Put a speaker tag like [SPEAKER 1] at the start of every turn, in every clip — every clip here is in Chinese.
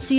[SPEAKER 1] 需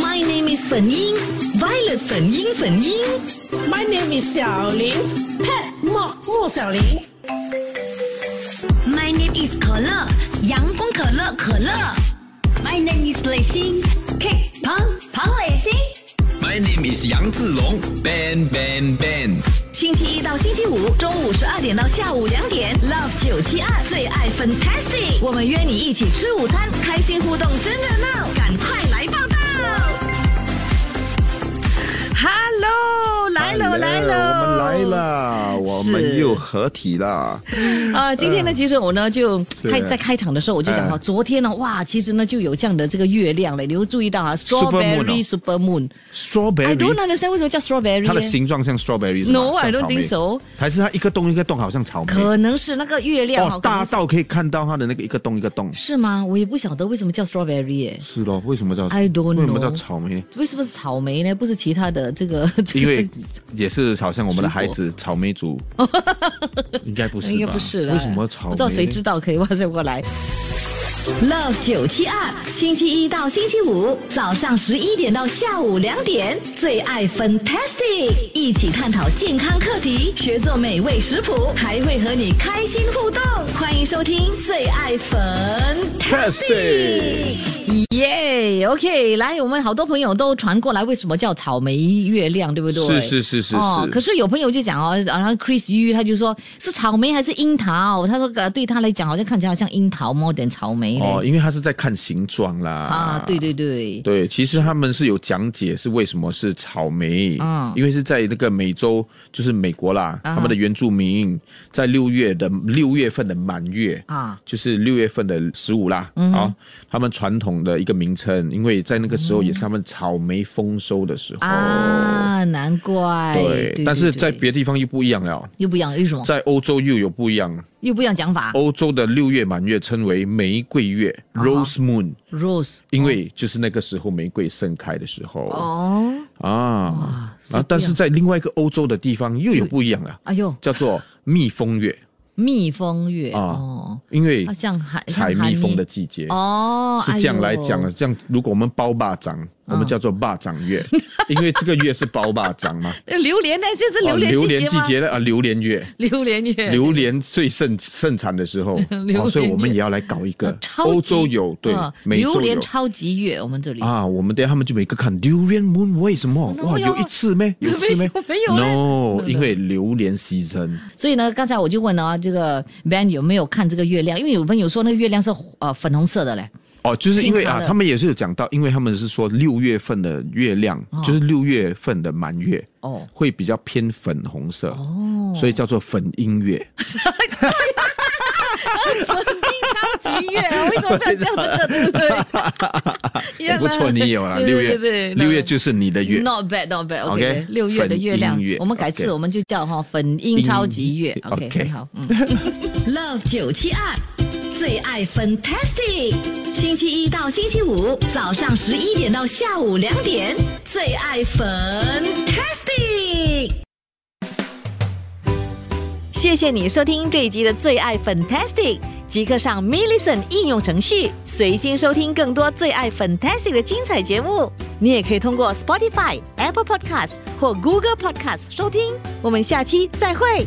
[SPEAKER 2] My name is 粉英，Violet 粉英粉英。
[SPEAKER 3] My name is 小林，Ted 莫莫小林。
[SPEAKER 2] My name is 可乐，阳光可乐可乐。
[SPEAKER 4] My name is 磊鑫，K 庞庞磊鑫。
[SPEAKER 5] My name is 杨志龙，Ben Ben Ben。
[SPEAKER 2] 星期一到星期五中午十二点到下午两点，Love 九七二最爱 Fantastic，我们约你一起吃午餐，开心互动真热闹，赶快来报道。Hello，来了来了，
[SPEAKER 6] 我们来了，我们又合体了。
[SPEAKER 2] 啊、今天呢，其实我呢就开在开场的时候我就讲哈，啊
[SPEAKER 6] 哎
[SPEAKER 2] 昨天呢，哇，其实呢就有这样的这个月亮了，你会注意到啊
[SPEAKER 6] Supermoon 哦
[SPEAKER 2] ，strawberry super moon。I don't
[SPEAKER 6] Strawberry，
[SPEAKER 2] understand 为什么叫 strawberry
[SPEAKER 6] 它的
[SPEAKER 2] 耶
[SPEAKER 6] 形状像 strawberry 是吗
[SPEAKER 2] No,
[SPEAKER 6] 像
[SPEAKER 2] I don't
[SPEAKER 6] 草莓
[SPEAKER 2] think so.
[SPEAKER 6] 还是它一个洞一个洞，好像草莓。
[SPEAKER 2] 可啊能是那个月亮
[SPEAKER 6] 哦，大到可以看到它的那个一个洞一个洞。
[SPEAKER 2] 是吗？我也不晓得为什么叫 strawberry 耶，
[SPEAKER 6] 是咯，为什么叫
[SPEAKER 2] I don't
[SPEAKER 6] 为什么
[SPEAKER 2] know
[SPEAKER 6] 叫草莓？
[SPEAKER 2] 为什么是草莓呢？不是其他的这个？ 这个
[SPEAKER 6] 因为也是好像我们的孩子草莓 族，应该不是吧？
[SPEAKER 2] 应该不是了，
[SPEAKER 6] 为什么草莓？
[SPEAKER 2] 不知道谁知道，可以 WhatsApp 过来。Love 九七二，星期一到星期五早上十一点到下午两点，最爱 Fantastic，一起探讨健康课题，学做美味食谱，还会和你开心互动。欢迎收听最爱 Fantastic。耶、o k 来，我们好多朋友都传过来，为什么叫草莓月亮，对不对？
[SPEAKER 6] 是是是是
[SPEAKER 2] 哦
[SPEAKER 6] 是，
[SPEAKER 2] 可是有朋友就讲哦，然后 Chris Yu 他就说是草莓还是樱桃？他说呃对他来讲好像看起来好像樱桃 more than 草莓嘞。
[SPEAKER 6] 哦，因为它是在看形状啦。
[SPEAKER 2] 啊，对对对，
[SPEAKER 6] 对，其实他们是有讲解是为什么是草莓，
[SPEAKER 2] 嗯啊
[SPEAKER 6] 因为是在那个美洲，就是美国啦，他们的原住民在六月的六月份的满月
[SPEAKER 2] 啊
[SPEAKER 6] 就是六月份的十五啦，
[SPEAKER 2] 嗯
[SPEAKER 6] 啊、他们传统的一个名称，因为在那个时候也
[SPEAKER 2] 嗯
[SPEAKER 6] 是他们草莓丰收的时候，
[SPEAKER 2] 啊，难怪。
[SPEAKER 6] 哦对，
[SPEAKER 2] 对
[SPEAKER 6] 但是在
[SPEAKER 2] 对
[SPEAKER 6] 别的地方又不一样了，
[SPEAKER 2] 又不一样，为什么？
[SPEAKER 6] 在哦欧洲又有不一样，
[SPEAKER 2] 又不一样讲法。
[SPEAKER 6] 欧洲的六月满月称为玫瑰月、（Rose
[SPEAKER 2] 啊
[SPEAKER 6] Moon）。
[SPEAKER 2] Rose
[SPEAKER 6] 因为就是那个时候玫瑰盛开的时候
[SPEAKER 2] 哦，所以不一样
[SPEAKER 6] 啊啊！但是在另外一个欧洲的地方又有不一 样了，
[SPEAKER 2] 哎呦，
[SPEAKER 6] 叫做蜜蜂月，
[SPEAKER 2] 蜜蜂月
[SPEAKER 6] 啊
[SPEAKER 2] 哦，
[SPEAKER 6] 因为
[SPEAKER 2] 啊像海
[SPEAKER 6] 采蜜蜂的季节
[SPEAKER 2] 哦，
[SPEAKER 6] 是这样来讲
[SPEAKER 2] 哎
[SPEAKER 6] 的。
[SPEAKER 2] 呦
[SPEAKER 6] 这样，如果我们包霸掌，我们叫做霸掌 月，因为这个月是包霸掌嘛。
[SPEAKER 2] 哎榴莲呢？现在是
[SPEAKER 6] 啊
[SPEAKER 2] 榴莲
[SPEAKER 6] 榴莲
[SPEAKER 2] 季
[SPEAKER 6] 季
[SPEAKER 2] 节
[SPEAKER 6] 节了啊，榴莲月，
[SPEAKER 2] 吗？榴莲月，哦
[SPEAKER 6] 榴莲最盛盛产的时候
[SPEAKER 2] 榴莲，月
[SPEAKER 6] 哦所以我们也要来搞一个
[SPEAKER 2] 啊。超级
[SPEAKER 6] 欧洲有对
[SPEAKER 2] 嗯，
[SPEAKER 6] 美洲
[SPEAKER 2] 榴莲
[SPEAKER 6] 有。
[SPEAKER 2] 超级月，我们这里
[SPEAKER 6] 啊，我们等一下他们就每个看榴莲 moon 为什么？
[SPEAKER 2] No
[SPEAKER 6] 哇，有一次咩？有一次咩？
[SPEAKER 2] 没有没有
[SPEAKER 6] no，因为榴莲牺牲。
[SPEAKER 2] 所以呢，刚才我就问啊，这个 Van 有没有看这个月亮？因为有朋友说那个月亮是呃粉红色的嘞。
[SPEAKER 6] 哦，就是因为
[SPEAKER 2] 听他
[SPEAKER 6] 啊，
[SPEAKER 2] 的
[SPEAKER 6] 他们也是有讲到，因为他们是说六月份的月亮，就是六月份的满月，
[SPEAKER 2] 哦
[SPEAKER 6] 会比较偏粉红色，
[SPEAKER 2] 哦，
[SPEAKER 6] 所以叫做粉音 乐。？
[SPEAKER 2] 超级月啊，为什么不要叫这个？对不对
[SPEAKER 6] 哎不错，你有 了
[SPEAKER 2] 对
[SPEAKER 6] 六月
[SPEAKER 2] 对对，
[SPEAKER 6] 六月就是你的月。
[SPEAKER 2] Not bad, not bad. OK，,
[SPEAKER 6] OK，
[SPEAKER 2] 六月的月亮
[SPEAKER 6] 粉音乐
[SPEAKER 2] 我们改次
[SPEAKER 6] OK
[SPEAKER 2] 我们就叫哈粉音超级月。
[SPEAKER 6] 音
[SPEAKER 2] OK，,
[SPEAKER 6] OK
[SPEAKER 2] 很好。嗯、Love 九七二最爱 Fantastic，星期一到星期五早上十一点到下午两点，最爱 Fantastic。谢谢你收听这一集的最爱 Fantastic，即刻上 m i l l i c e n t 应用程序，随心收听更多最爱 Fantastic 的精彩节目。你也可以通过 Spotify、Apple Podcast 或 Google Podcast 收听。我们下期再会。